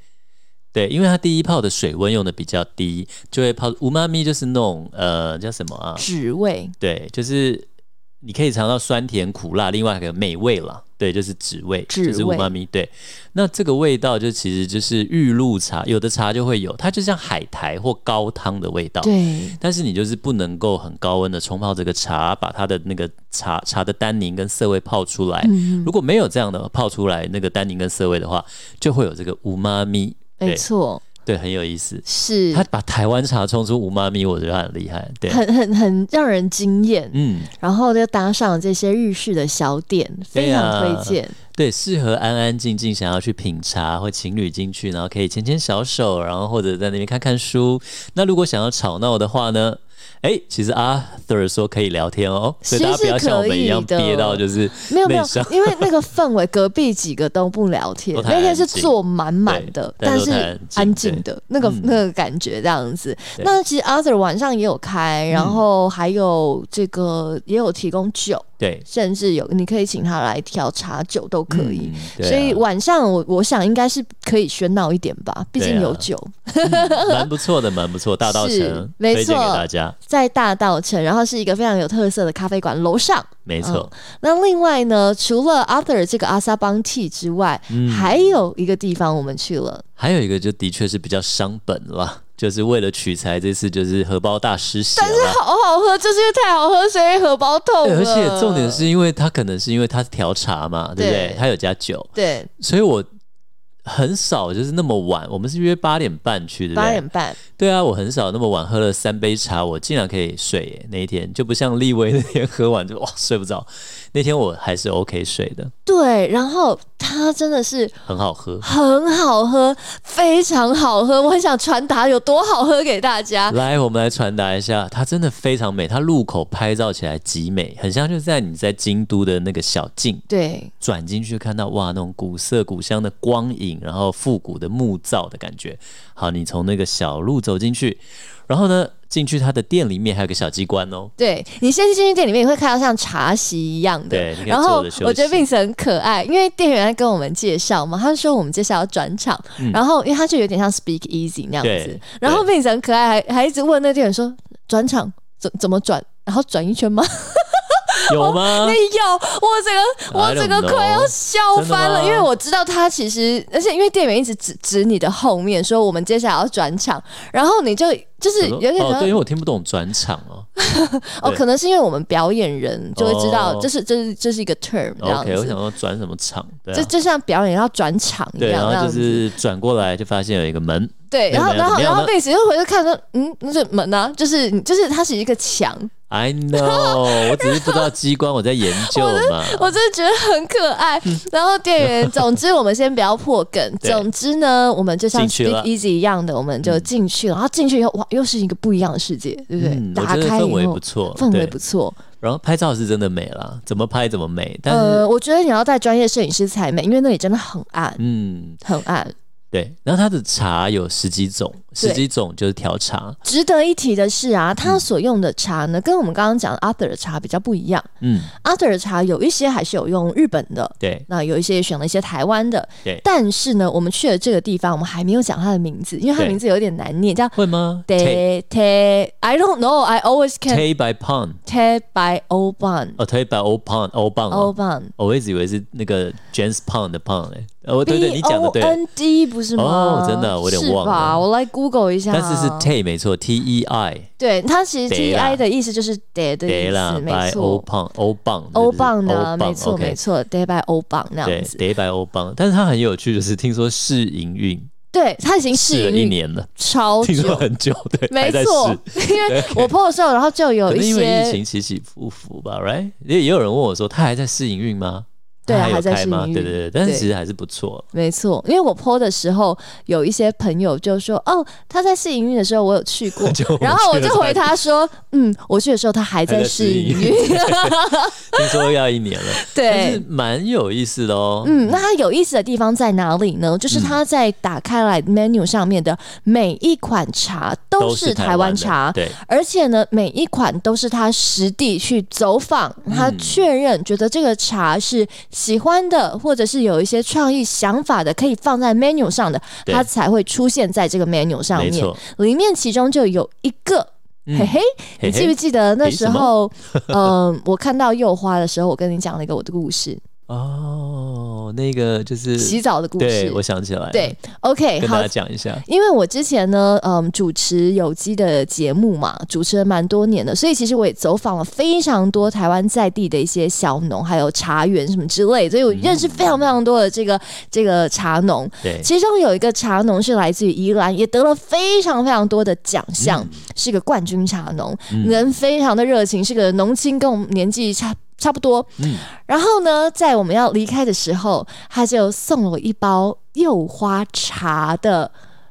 A: 对，因为它第一泡的水温用的比较低，就会泡乌妈咪，就是那种呃叫什么啊？
C: 纸味，
A: 对，就是你可以尝到酸甜苦辣，另外一个美味啦，对，就是脂味，
C: 脂
A: 就是
C: 味
A: 五妈咪。对，那这个味道就其实就是玉露茶，有的茶就会有，它就像海苔或高汤的味道。
C: 对，
A: 但是你就是不能够很高温的冲泡这个茶，把它的那个茶茶的单宁跟涩味泡出来。
C: 嗯
A: 如果没有这样的泡出来那个单宁跟涩味的话，就会有这个五妈咪。
C: 没
A: 对
C: 错，
A: 对，很有意思。
C: 是
A: 他把台湾茶冲出五妈咪，我觉得很厉害。对，
C: 很很很让人惊艳，
A: 嗯，
C: 然后就搭上这些日式的小点，非
A: 对
C: 常
A: 啊
C: 推荐。
A: 对，适合安安静静想要去品茶或情侣进去，然后可以牵牵小手，然后或者在那边看看书。那如果想要吵闹的话呢，哎，其实 Arthur 说可以聊天哦，所以
C: 其
A: 大
C: 实
A: 家不要像我们一样
C: 可以的
A: 憋到就是
C: 没有没有
A: 内伤，
C: 因为那个氛围，隔壁几个都不聊天
A: 都，太
C: 那天是
A: 安静
C: 坐满满的
A: 对，
C: 但是
A: 大家都太
C: 安
A: 安
C: 静
A: 静
C: 的那个、
A: 嗯
C: 那个感觉这样子。
A: 对嗯
C: 那其实 Arthur 晚上也有开，然后还有这个也有提供酒，
A: 对，
C: 甚至有你可以请他来调茶酒都可以。
A: 嗯对啊
C: 所以晚上我我想应该是可以喧闹一点吧，毕竟
A: 对啊
C: 有酒。
A: 蛮不错的，蛮不错，大道
C: 是
A: 城
C: 没
A: 推荐给
C: 错
A: 大家，
C: 在大道城，然后是一个非常有特色的咖啡馆，楼上。
A: 没错，
C: 那另外呢，除了 Arthur 这个阿萨邦 T 之外，
A: 嗯
C: 还有一个地方我们去了，
A: 还有一个就的确是比较伤本了，就是为了取材，这次就是荷包大失血了。
C: 好好喝，就是因为太好喝，所以荷包痛
A: 对
C: 了。
A: 而且重点，是因为他可能是因为他调茶嘛，对不
C: 对
A: 对？他有加酒，
C: 对，
A: 所以我很少就是那么晚，我们是约八点半去，对不
C: 八
A: 对
C: 点？半，
A: 对啊，我很少那么晚喝了三杯茶，我竟然可以睡耶！那一天就不像立威那天喝完就哇睡不着，那天我还是 OK 睡的，
C: 对，然后它真的是
A: 很好喝。
C: 很好喝，非常好喝，我很想传达有多好喝给大家。
A: 来，我们来传达一下，它真的非常美，它路口拍照起来极美，很像就是在你在京都的那个小径
C: 对，
A: 转进去看到哇那种古色古香的光影，然后复古的木造的感觉。好，你从那个小路走进去，然后呢进去它的店里面还有个小机关哦，
C: 对你先进去店里面，你会看到像茶席一样的
A: 对你可，以
C: 然后
A: 坐着休息
C: 我觉得 Vince 很可爱，因为店员在跟我们介绍嘛，他说我们接下来要转场，然后因为他就有点像 Speak Easy 那样子
A: 嗯对，
C: 然后 Vince 很可爱，还还一直问那店员说转场怎怎么转，然后转一圈吗？
A: 啊有吗
C: 哎？呦，我整个
A: I
C: 我
A: don't
C: 整个快要笑翻
A: 真的
C: 了，
A: 吗
C: 因为我知道他其实，而且因为店员一直指指你的后面说我们接下来要转场，然后你就就是有点
A: 哦，对，
C: 想
A: 因为
C: 要
A: 我听不懂转场 哦。
C: 哦，
A: 对
C: 可能是因为我们表演人就会知道
A: 哦
C: 这是这是这是一个 term 这样
A: OK，我
C: 子
A: 想，说转什么场？对、
C: 就
A: 啊。
C: 就像表演要转场一
A: 对，
C: 样
A: 然
C: 这
A: 后
C: 样
A: 就
C: 子。
A: 是转过来就发现有一个门，
C: 对，然
A: 那
C: 后
A: 个
C: 然后
A: 怎么
C: 然
A: 样
C: 后
A: 呢
C: 贝斯就回头看说，嗯，那是门啊，就是就是它是一个墙，
A: I know，我只是不知道机关，我在研究嘛。
C: 我真的觉得很可爱。然后店员，总之我们先不要破梗。
A: 嗯对
C: 总之呢，我们就像
A: 进去
C: Speak
A: 了嗯
C: Easy 一样的，我们就进去了。然后进去以后，哇，又是一个不一样的世界，对不对？
A: 嗯，我
C: 打
A: 觉得
C: 开
A: 氛
C: 以
A: 围
C: 后
A: 不，错，
C: 氛围
A: 对
C: 不错。
A: 然后拍照是真的美啦，怎么拍怎么美。但是，
C: 呃，我觉得你要带专业摄影师才美，因为那里真的很暗，
A: 嗯，
C: 很暗。
A: 对。然后它的茶有十几种，
C: 对
A: 十几种就是调茶，
C: 值得一提的是
A: 嗯
C: 啊，他所用的茶呢，跟我们刚刚讲的 Arthur 的茶比较不一样。
A: 嗯，
C: Arthur 的茶有一些还是有用日本的，
A: 对，
C: 那有一些也选了一些台湾的
A: 对，
C: 但是呢，我们去了这个地方，我们还没有讲它的名字，因为它的
A: 对
C: 名字有点难念，叫
A: 会吗 Tay
C: Te Te。I don't know. I always can
A: Tay by Pond，
C: Te by Oban
A: 哦，Tay by Old Pond Old Pond，哦
C: Oban
A: 我一直以为是那个 James Pond 的 Pond 哎，哦，对对，
C: B
A: 你讲
C: O
A: 的对。
C: N D 不是吗？
A: 哦真的我有点忘了
C: 是吧？我来 Google 一下。
A: 但是是 Tay 没错，T E I
C: 对，它其实 T
A: Te
C: I
A: 啦
C: 的意思就是 Te 的
A: 得
C: 意
A: 啦
C: 思，没
A: ，by 欧
C: 错。
A: 棒欧棒
C: 欧棒呢？
A: 欧棒
C: 没错
A: OK
C: 没错，Te by 欧棒那样
A: 对
C: 子。
A: 得 by 欧棒，但是它很有趣，就是听说试营运
C: 对，它已经
A: 试
C: 适
A: 了一
C: 应
A: 年了，
C: 超
A: 听说
C: 久。
A: 很久， 对，
C: 没
A: 还在
C: 错
A: 试，
C: 因为我 PO 的时候，然后就有
A: 可能
C: 哦一
A: 因为疫
C: 些
A: 情起起伏伏吧，right？也也有人问我说，他还在试营运吗？
C: 对啊
A: 它还有
C: 还在
A: 开吗
C: 试营运
A: 对对对，但是
C: 对
A: 其实还是不错，
C: 没错，因为我 PO 的时候，有一些朋友就说：“哦，他在试营运的时候我有去过。
A: 就我”
C: 然后我
A: 去
C: 就
A: 了
C: 回
A: 才
C: 他说：“嗯，我去的时候他还在
A: 还在
C: 试
A: 试营
C: 营
A: 运
C: 运。
A: 听说要一年了，”但是
C: 对。
A: 蛮有意思的哦。
C: 嗯，那它有意思的地方在哪里呢？
A: 嗯
C: 就是它在打开来 menu 上面的每一款茶都是台湾
A: 的
C: 茶，
A: 对，
C: 而且呢，每一款都是他实地去走访，他
A: 嗯
C: 确认觉得这个茶是喜欢的，或者是有一些创意想法的，可以放在 menu 上的，
A: 对
C: 它才会出现在这个 menu 上
A: 没
C: 面。
A: 错，
C: 里面其中就有一个。
A: 嗯
C: 嘿嘿，
A: 嘿
C: 你记不
A: 嘿，
C: 记得那
A: 嘿
C: 时
A: 什么
C: 候， 嗯、我看到幼花的时候，我跟你讲了一个我的故事，
A: 哦，那个就是，
C: 洗澡的故
A: 对
C: 事
A: 我。想起来了，
C: 对，OK，
A: 跟
C: 好
A: 大家，讲一下，
C: 因为我之前呢，嗯，主持有机的节目嘛，主持了蛮多年的，所以其实我也走访了非常多台湾在地的一些小农，还有茶园什么之类，所以我认识非常非常多的这个这个茶农。
A: 对，
C: 其中有一个茶农是来自于宜兰，也得了非常非常多的奖项，是个冠军茶农，人非常的热情，是个农青，跟我们年纪差差不多。
A: 嗯
C: 然后呢，在我们要离开的时候，他就送了我一包柚花茶的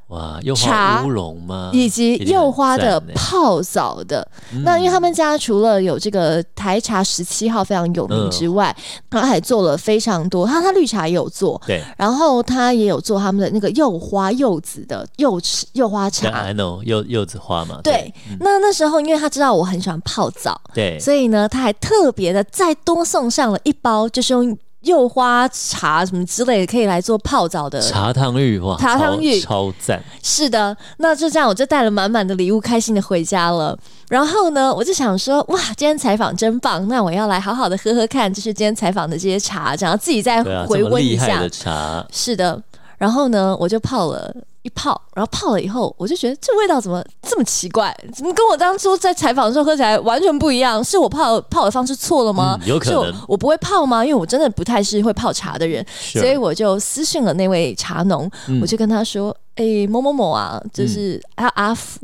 A: 哇，柚
C: 茶
A: 花乌龙吗？
C: 以及
A: 啊一定很
C: 柚花的
A: 赞嗯欸
C: 泡澡的。那因为他们家除了有这个台茶十七号非常有名之外，
A: 嗯
C: 他还做了非常多，他他绿茶也有做，
A: 对
C: 然后他也有做他们的那个柚花柚子的柚吃柚花
A: 像
C: 茶。
A: I know 柚柚子花嘛，
C: 对，那那时候因为他知道我很喜欢泡澡，
A: 嗯对，
C: 所以呢，他还特别的再多送上了一包，就是用柚花茶什么之类的可以来做泡澡的
A: 茶汤浴哇，
C: 茶汤浴
A: 超超赞，
C: 是的，那就这样，我就带了满满的礼物，开心的回家了。然后呢，我就想说，哇，今天采访真棒，那我要来好好的喝喝看，就是今天采访的这些茶，然后自己再
A: 对啊，
C: 回
A: 这么
C: 温一
A: 厉害
C: 下。
A: 的茶，
C: 是的，然后呢，我就泡了。一泡，然后泡了以后，我就觉得这味道怎么这么奇怪？怎么跟我当初在采访的时候喝起来完全不一样？是我泡泡的方式错了吗？
A: 嗯有可
C: 是我
A: 能
C: 我不会泡吗？因为我真的不太是会泡茶的人，
A: 所
C: 所以我就私讯了那位茶农，
A: 嗯
C: 我就跟他说：“哎、某某某啊，就是阿、阿福，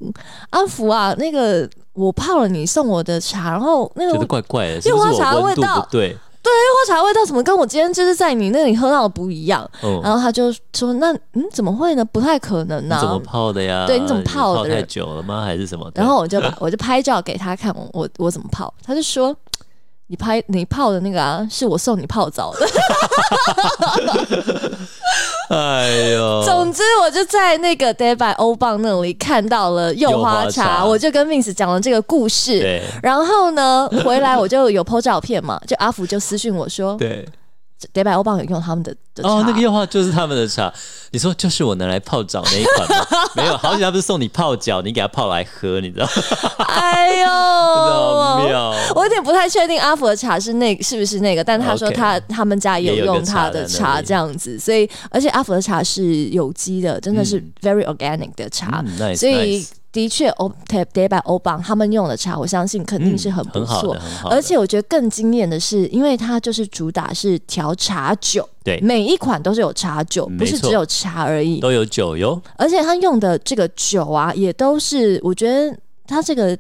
C: 阿福啊，那个我泡了你送我的茶，然后那个
A: 觉
C: 花
A: 得怪怪的，是不
C: 柚
A: 是
C: 花茶
A: 我温度
C: 味道
A: 不对？
C: 茶味道怎么跟我今天就是在你那里喝到的不一样？”
A: 嗯，
C: 然后他就说：“那嗯，怎么会呢？不太可能啊
A: 你
C: 呢、
A: 怎么泡的呀？哎
C: 对你怎么
A: 你
C: 泡的
A: 泡太久了吗？还是什么的？
C: 然后我就把我就拍照给他看我，我我怎么泡，他就说。你拍你泡的那个啊，是我送你泡澡的。
A: 哎 呦，
C: 总之，我就在那个 Day by 欧棒那里看到了柚花
A: 柚
C: 茶，
A: 花茶
C: 我就跟 Vince 讲了这个故事。
A: 对
C: 然后呢，回来我就有 po 照片嘛， 就阿福就私讯我说
A: 对，
C: ，Day by 欧棒有用他们的的茶。
A: 哦，那个柚花就是他们的茶，你说就是我拿来泡澡那一款吗？ 没有，好险他不是送你泡脚，你给他泡来喝，你知道吗？
C: 哎 呦，
A: 好妙，
C: 我有点不太确定阿福的茶是那是不是那个，但他说
A: 哦 OK
C: 他他们家也
A: 也
C: 有
A: 有个
C: 用他
A: 茶在
C: 的
A: 那
C: 茶
A: 里
C: 这样子，所以而且阿福的茶是有机的，真的是
A: 嗯
C: very organic 的茶，
A: 嗯，nice，
C: 所以
A: nice
C: 的确欧 d a y by 欧棒他们用的茶，我相信肯定是很不
A: 嗯很好
C: 错。
A: 的，很好的，
C: 而且我觉得更惊艳的是，因为它就是主打是调茶酒，
A: 对
C: 每一款都是有茶酒，
A: 没
C: 不是
A: 错
C: 只有茶而已。
A: 都有酒哟，
C: 而且它用的这个酒啊，也都是我觉得它这个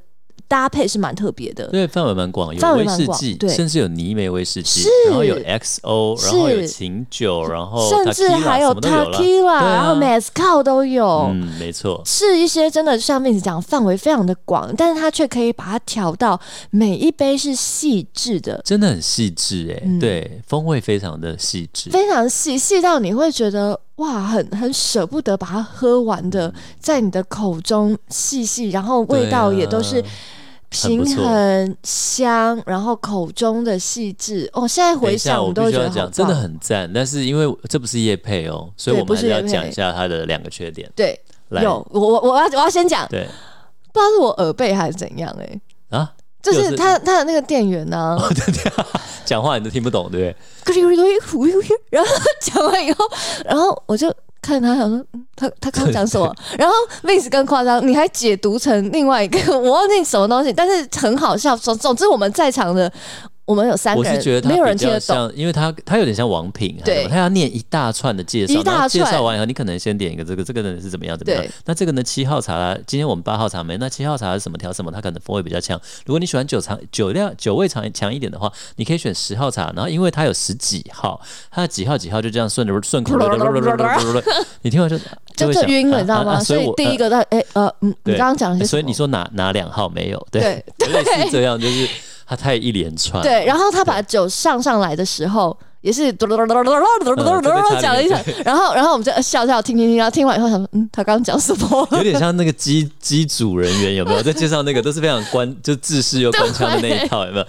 C: 搭配是蛮特别的。
A: 对，范围蛮广，有
C: 范围
A: 威
C: 蛮
A: 士
C: 广
A: 忌
C: 对，
A: 甚至有泥煤威士忌
C: 是，
A: 然后有 XO，然后有
C: 是
A: 琴酒，然后
C: 甚至
A: 哦 tequila，
C: 还
A: 什
C: 有
A: 么都有啦
C: tequila，、
A: 对啊
C: 然后 mezcal 都有，
A: 嗯，没错，
C: 是一些真的像妹子讲范围非常的广，但是它却可以把它调到每一杯是细致的，
A: 真的很细致哎、
C: 嗯
A: 对，风味非常的细致，
C: 非常细细到你会觉得哇，很很舍不得把它喝完的，在你的口中细细，哦然后味道也都是
A: 对啊很
C: 平
A: 不错
C: 衡香，然后口中的细致。哦，现在
A: 等
C: 回
A: 一下，
C: 想
A: 我
C: 都
A: 必
C: 会
A: 须
C: 觉
A: 要
C: 得好
A: 讲，
C: 棒
A: 真的很赞。但是因为这不是叶配哦，所以
C: 对
A: 我们还是要
C: 不是业配
A: 讲一下它的两个缺点。
C: 对。
A: 来
C: 有我我我要我要先讲，不知
A: 对
C: 道是我耳背还是怎样哎、欸
A: 啊，
C: 就
A: 就是是
C: 他他的那个店员呢、
A: 讲话你都听不懂，对不对？
C: 咯哩咯哩咯哩呼呼呼，然后讲完以后，然后我就看他想说，嗯他他刚讲什么？然后 Vince 更夸张，你还解读成另外一个我忘记什么东西，但是很好笑。总总之我们在场的我们有三
A: 我
C: 个
A: 是觉
C: 人，
A: 得
C: 没有
A: 它
C: 人
A: 比
C: 听
A: 较
C: 得懂。
A: 像，因为它它有点像王品，
C: 对
A: 还有它要念一大串的介绍，
C: 一大
A: 然后介
C: 串
A: 绍完以后，你可能先点一个这个，这个呢是怎么样怎么样
C: 对。
A: 那这个呢七号茶，今天我们八号茶没，那七号茶是什么调什么，它可能风味比较强。如果你喜欢酒长酒量酒味强强一点的话，你可以选十号茶，然后因为它有十几号，它的几号几号就这样顺着顺口溜，你听完就
C: 就
A: 会
C: 就
A: 想
C: 晕了，
A: 啊
C: 你知道
A: 啊
C: 吗？
A: 啊所
C: 所以
A: 我
C: 第一
A: 呃
C: 个到，哎呃，嗯，你
A: 对
C: 刚刚讲的是什么，
A: 所以你说哪哪两号没有？对
C: 对，
A: 类似这样，就是它太一连串。
C: 对，然后他把酒上上来的时候，也是嘟嘟嘟嘟嘟嘟嘟嘟嘟嘟讲了一讲，然后然后我们就笑笑听听听，然后听完以后想说，嗯，他刚刚讲什么？
A: 有点像那个机机组人员有没有？在介绍那个都是非常关，就自视又官腔的那一套有没有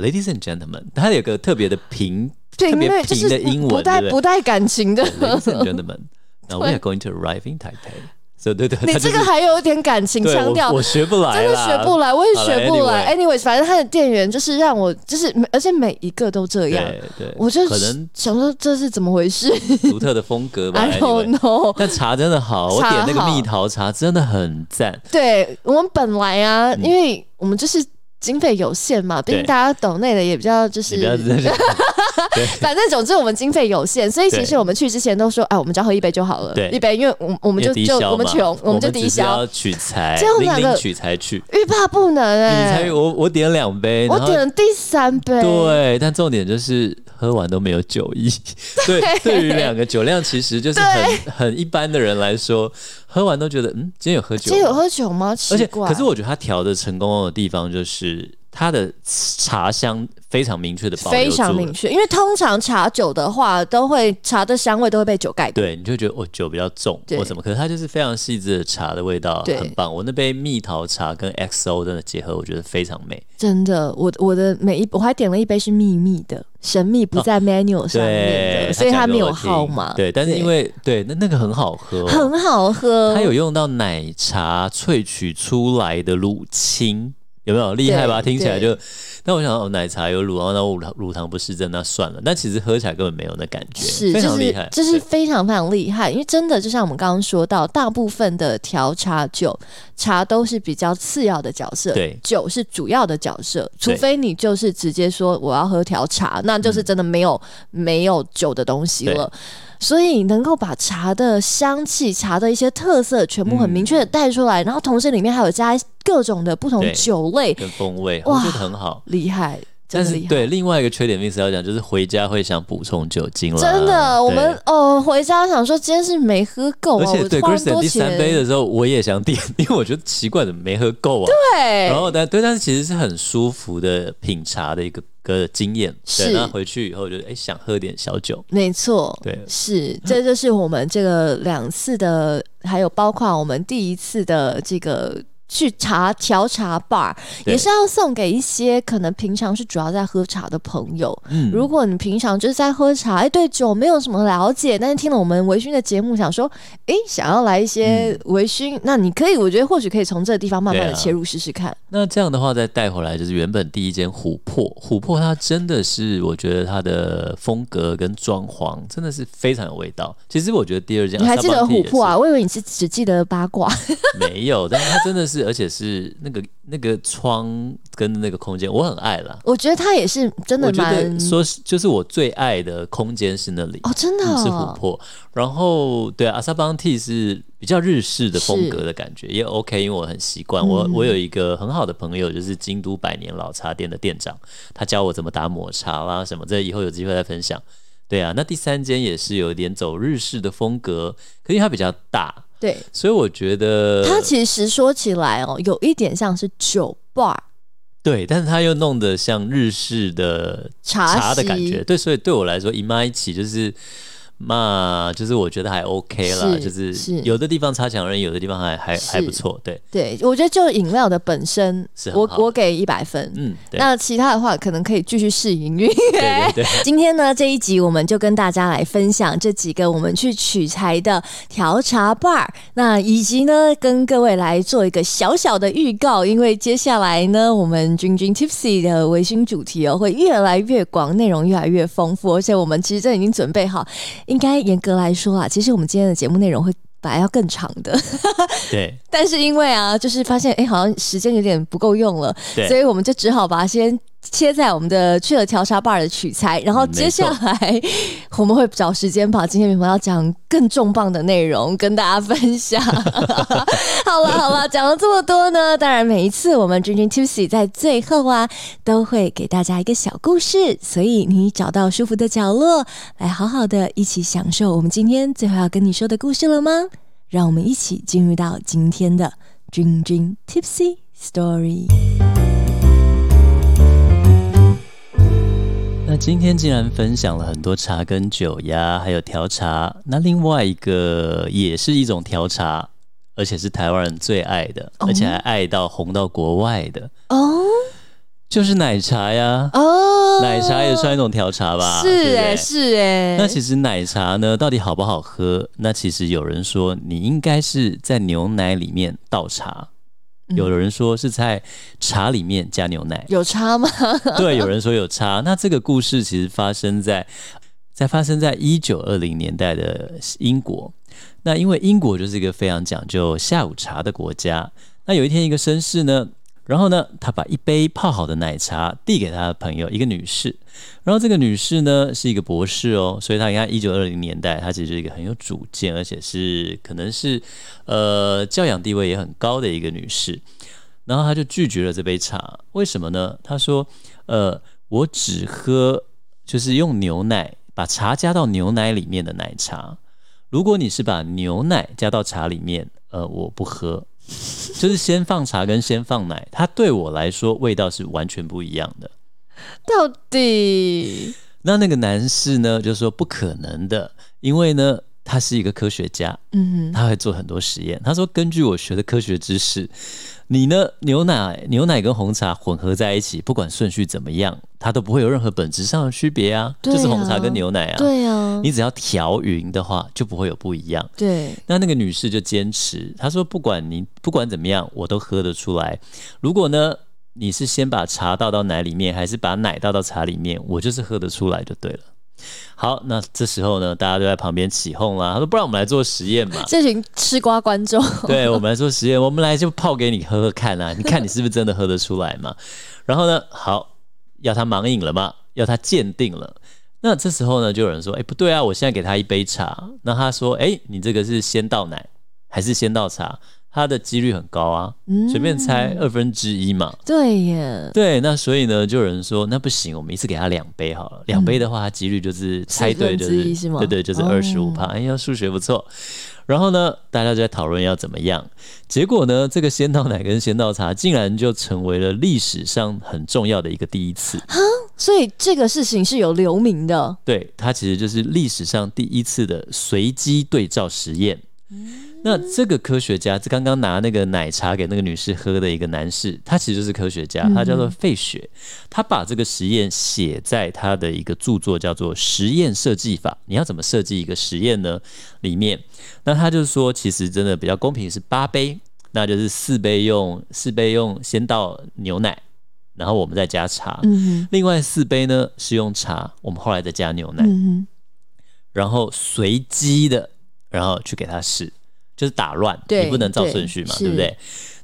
A: ？Ladies and gentlemen，它有个特别的平特
C: 频
A: 别
C: 率就
A: 平
C: 是
A: 的英
C: 不
A: 文，
C: 带
A: 对不
C: 不带感情的，
A: 对？Ladies and gentlemen，now we are going to arrive in Taipei。所以对对，
C: 你
A: 它就
C: 这
A: 是
C: 个还有一点感情
A: 对
C: 腔调
A: 我，我学不来
C: 真的
A: 啦，
C: 学不来，我也学不
A: 好啦
C: 来。Anyways，反正他的店员就是让我，就是而且每一个都这样，
A: 对对，
C: 我就
A: 可能
C: 想说这是怎么 回事
A: 独特的风格吧。
C: ？I don't
A: anyway
C: know。
A: 但茶真的好，我
C: 茶
A: 点那个
C: 好
A: 蜜桃茶真的很赞。
C: 对我们本来啊，因为我们就是经费有限嘛，毕竟
A: 嗯对
C: 大家懂内的也比较就
A: 你不要
C: 是，
A: 在这
C: 反正总之我们经费有限，所以其实
A: 对
C: 我们去之前都说，哎，我们只要喝一杯就好了
A: 对，
C: 一杯，因为我们我们就
A: 抵
C: 就
A: 消
C: 我们
A: 嘛
C: 穷，我们就抵
A: 只是
C: 消
A: 要，取材
C: 这样，
A: 零
C: 两
A: 零
C: 个
A: 取材去。
C: 欲罢不能
A: 你
C: 哎
A: 才，我我点两杯，
C: 我
A: 然后
C: 点了第三杯，
A: 对，但重点就是喝完都没有酒意。 对，对于两个酒量其实就是很很一般的人来说，喝完都觉得嗯，今天有喝酒
C: 今
A: 吗，
C: 天有喝酒吗？奇
A: 而且
C: 怪。
A: 可是我觉得他调的成功的地方就是它的茶香非常明确的保留
C: 非常
A: 住了
C: 明确，因为通常茶酒的话，都会茶的香味都会被酒盖过。
A: 对，你就觉得哦酒比较重
C: 对
A: 或什么，可是它就是非常细致的茶的味道，
C: 对
A: 很棒。我那杯蜜桃茶跟 XO 真的结合，我觉得非常美。
C: 真的，我我的每一我还点了一杯是秘密的，神秘不在 menu 上面的，
A: 哦对，
C: 所以
A: 它
C: 它
A: 讲给
C: 没有
A: 我听
C: 号码。
A: 对，但是因为对那那个很好喝、哦
C: 很好喝，
A: 它有用到奶茶萃取出来的乳清，有没有厉害吧？
C: 对
A: 听起来
C: 对
A: 就，那我想哦，奶茶有乳，然后那我乳糖乳糖不适症，那算了。但其实喝起来根本没有那感觉，
C: 是，
A: 非
C: 就
A: 常厉害
C: 是，就是
A: 对
C: 非常非常厉害，因为真的就像我们刚刚说到，大部分的调茶酒茶都是比较次要的角色，
A: 对
C: 酒是主要的角色，除
A: 对嗯
C: 非你就是直接说我要喝调茶，那就是真的没有、没有酒的东西了。所以能够把茶的香气、茶的一些特色全部很明确的带出来，然后同时里面还有加各种的不同
A: 嗯对
C: 酒类，
A: 跟风味，我
C: 哇
A: 觉得很好。
C: 厉害，
A: 但
C: 真的
A: 是
C: 厉害。
A: 对另外一个缺点，Miss 要讲就是回家会想补充酒精了。
C: 真的，
A: 对
C: 我们哦回家想说今天是没喝够
A: 而
C: 啊，
A: 且
C: 我
A: 对
C: 花
A: g r i
C: 那
A: s t e n
C: 么多
A: 第三
C: 钱。
A: 杯的时候，我也想点，因为我觉得奇怪怎么没喝够啊。
C: 对，
A: 然后但对，但是其实是很舒服的品茶的一个个经验。对，
C: 是
A: 那回去以后就是哎想喝点小酒，
C: 没错，
A: 对
C: 是这就是我们这个两次的，还有包括我们第一次的这个。去茶调茶 bar
A: 对
C: 也是要送给一些可能平常是主要在喝茶的朋友。
A: 嗯
C: 如果你平常就是在喝茶，哎，对酒没有什么了解，但是听了我们微醺的节目，想说，哎，想要来一些微醺，那你可以，我觉得或许可以从这个地方慢慢
A: 嗯对啊
C: 的切入试试看。
A: 那这样的话，再带回来就是原本第一间琥珀，琥珀它真的是，我觉得它的风格跟装潢真的是非常有味道。其实我觉得第二间
C: 你还记得琥珀？
A: 啊
C: 啊？我以为你是只记得八卦。
A: 三棒 Tea 也是没有，但是它真的是，而且是那个那个窗跟那个空间，我很爱啦。
C: 我觉得它也是真的
A: 我觉
C: 蛮
A: 得说是就是我最爱的空间是那里。
C: 哦，真的、
A: 嗯
C: 哦、
A: 是琥珀，然后对阿萨邦 T 是比较日式的风
C: 是嗯
A: 格的感觉，也 OK，因为我很习惯。我我有一个很好的朋友，就是京都百年老茶店的店长，他教我怎么打抹茶啦什么，这以后有机会再分享。对啊，那第三间也是有点走日式的风格，可是它比较大，
C: 对，
A: 所以我觉得
C: 它其实说起来哦，有一点像是酒吧
A: 对，但是它又弄得像日式的
C: 茶
A: 茶的感
C: 席
A: 觉，对，所以对我来说，姨妈一起就是嘛，就是我觉得还 OK 啦，
C: 是
A: 就是
C: 是
A: 有的地方差强人意，有的地方还还还不
C: 是
A: 错，对，
C: 对，我觉得就饮料的本身
A: 是，很
C: 我
A: 好
C: 我给一百分。
A: 嗯，对，
C: 那其他的话，可能可以继续试营运。
A: 对 对对，
C: 今天呢，这一集我们就跟大家来分享这几个我们去取材的调茶 bar，那以及呢，跟各位来做一个小小的预告，因为接下来呢，我们君君 Tipsy 的微醺主题哦会越来越广，内容越来越丰富，而且我们其实真的已经准备好，应该严格来说啊，其实我们今天的节目内容会。本来要更长的，
A: 对
C: 但是因为啊，就是发现哎、好像时间有点不够用了，
A: 对
C: 所以我们就只好把它先切在我们的去了调查 bar 的取材，然后接下来我们会找时间把今天我们要讲更重磅的内容跟大家分享。好了好了，讲了这么多呢，当然每一次我们君君 Tipsy 在最后啊，都会给大家一个小故事，所以你找到舒服的角落，来好好的一起享受我们今天最后要跟你说的故事了吗？让我们一起进入到今天的君君 Tipsy Story。
A: 那今天既然分享了很多茶跟酒呀，还有调茶，那另外一个也是一种调茶，而且是台湾人最爱的，而且还爱到红到国外的，
C: 哦
A: 就是奶茶呀。
C: 哦，
A: 奶茶也算一种调茶吧，对不
C: 是
A: 对
C: 哎、是哎、，
A: 那其实奶茶呢，到底好不好喝？那其实有人说，你应该是在牛奶里面倒茶。有人说是在茶里面加牛奶
C: 有差吗？
A: 对，有人说有茶。那这个故事其实发生在在发生在一九二零年代的英国。那因为英国就是一个非常讲究下午茶的国家。那有一天，一个绅士呢，然后呢，他把一杯泡好的奶茶递给他的朋友，一个女士。然后这个女士呢是一个博士哦，所以她你看一九二零年代，她其实是一个很有主见，而且是可能是呃教养地位也很高的一个女士。然后她就拒绝了这杯茶，为什么呢？她说：“呃，我只喝就是用牛奶把茶加到牛奶里面的奶茶。如果你是把牛奶加到茶里面，呃，我不喝，就是先放茶跟先放奶，它对我来说味道是完全不一样的。
C: 到底
A: 那那个男士呢，就说不可能的，因为呢，他是一个科学家，
C: 嗯
A: 他会做很多实验。他说，根据我学的科学知识，你呢牛奶牛奶跟红茶混合在一起，不管顺序怎么样，它都不会有任何本质上的区别啊，
C: 对啊
A: 就是红茶跟牛奶啊。
C: 对啊，
A: 你只要调匀的话，就不会有不一样。
C: 对，，
A: 那那个女士就坚持，她说不管你不管怎么样，我都喝得出来。如果呢，你是先把茶倒到奶里面，还是把奶倒到茶里面，我就是喝得出来就对了。好，那这时候呢，大家都在旁边起哄啦。她说：“不然我们来做实验嘛
C: 这群吃瓜观众，
A: 对我们来做实验，我们来就泡给你喝喝看啊，你看你是不是真的喝得出来嘛？”然后呢，好，要他盲饮了嘛，要他鉴定了。那这时候呢，就有人说：“哎、不对啊，我现在给他一杯茶。”那他说：“哎、你这个是先倒奶还是先倒茶？”他的几率很高啊，随便猜二分之一嘛。
C: 对耶，
A: 对，那所以呢，就有人说那不行，我们一次给他两杯好了。两杯的话，他几率就是猜对就
C: 嗯四分之
A: 是
C: 一是吗
A: 对对，就是
C: 哦
A: 二十五趴。哎呀，数学不错。然后呢，大家就在讨论要怎么样。结果呢，这个仙道奶跟仙道茶竟然就成为了历史上很重要的一个第一次。
C: 所以这个事情是有留名的，
A: 对，它其实就是历史上第一次的随机对照实验。那这个科学家，这刚刚拿那个奶茶给那个女士喝的一个男士，他其实就是科学家，他叫
C: 嗯
A: 做费雪，他把这个实验写在他的一个著作叫做《实验设计法》，你要怎么设计一个实验呢？里面，那他就说，其实真的比较公平是八杯，那就是四杯用四杯用先倒牛奶，然后我们再加茶，
C: 嗯
A: 另外四杯呢是用茶，我们后来再加牛奶，
C: 嗯
A: 然后随机的，然后去给他试，就是打乱，
C: 对
A: 你不能照顺序嘛，
C: 对
A: 对不对？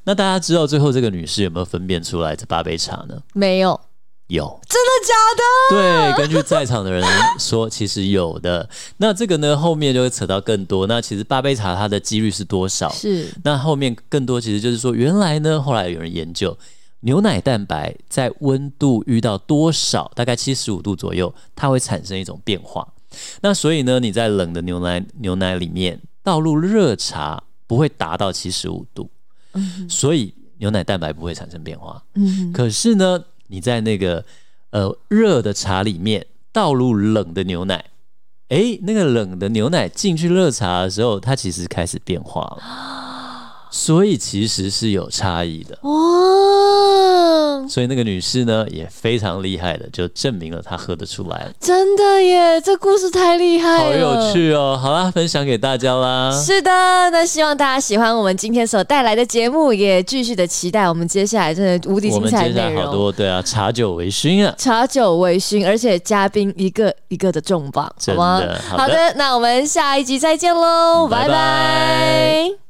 A: 那大家知道最后这个女士有没有分辨出来这八杯茶呢？
C: 没有，
A: 哦有，
C: 真的假的？
A: 对，根据在场的人说，其实有的。那这个呢，后面就会扯到更多。那其实八杯茶它的几率是多少？
C: 是
A: 那后面更多其实就是说，原来呢，后来有人研究牛奶蛋白在温度遇到多少，大概七十五度左右，它会产生一种变化。那所以呢，你在冷的牛奶牛奶里面倒入热茶，不会达到七十五度，所以牛奶蛋白不会产生变化。
C: 嗯
A: 可是呢，你在那个呃热的茶里面倒入冷的牛奶，诶，那个冷的牛奶进去热茶的时候，它其实开始变化了，所以其实是有差异的。
C: 哇，
A: 所以那个女士呢也非常厉害的，就证明了她喝得出来，
C: 真的耶，这故事太厉害
A: 好
C: 了，
A: 有趣哦！好啦，分享给大家啦。
C: 哎是的，那希望大家喜欢我们今天所带来的节目，也继续的期待我们接下来真的无敌
A: 我
C: 精
A: 们
C: 彩
A: 接下
C: 的内
A: 来好
C: 容。
A: 多对啊，茶酒微醺啊，
C: 茶酒微醺，而且嘉宾一个一个的重磅，好
A: 真
C: 吗？
A: 的嗯好
C: 好的，那我们下一集再见喽，
A: 拜
C: 拜
A: 拜
C: 拜。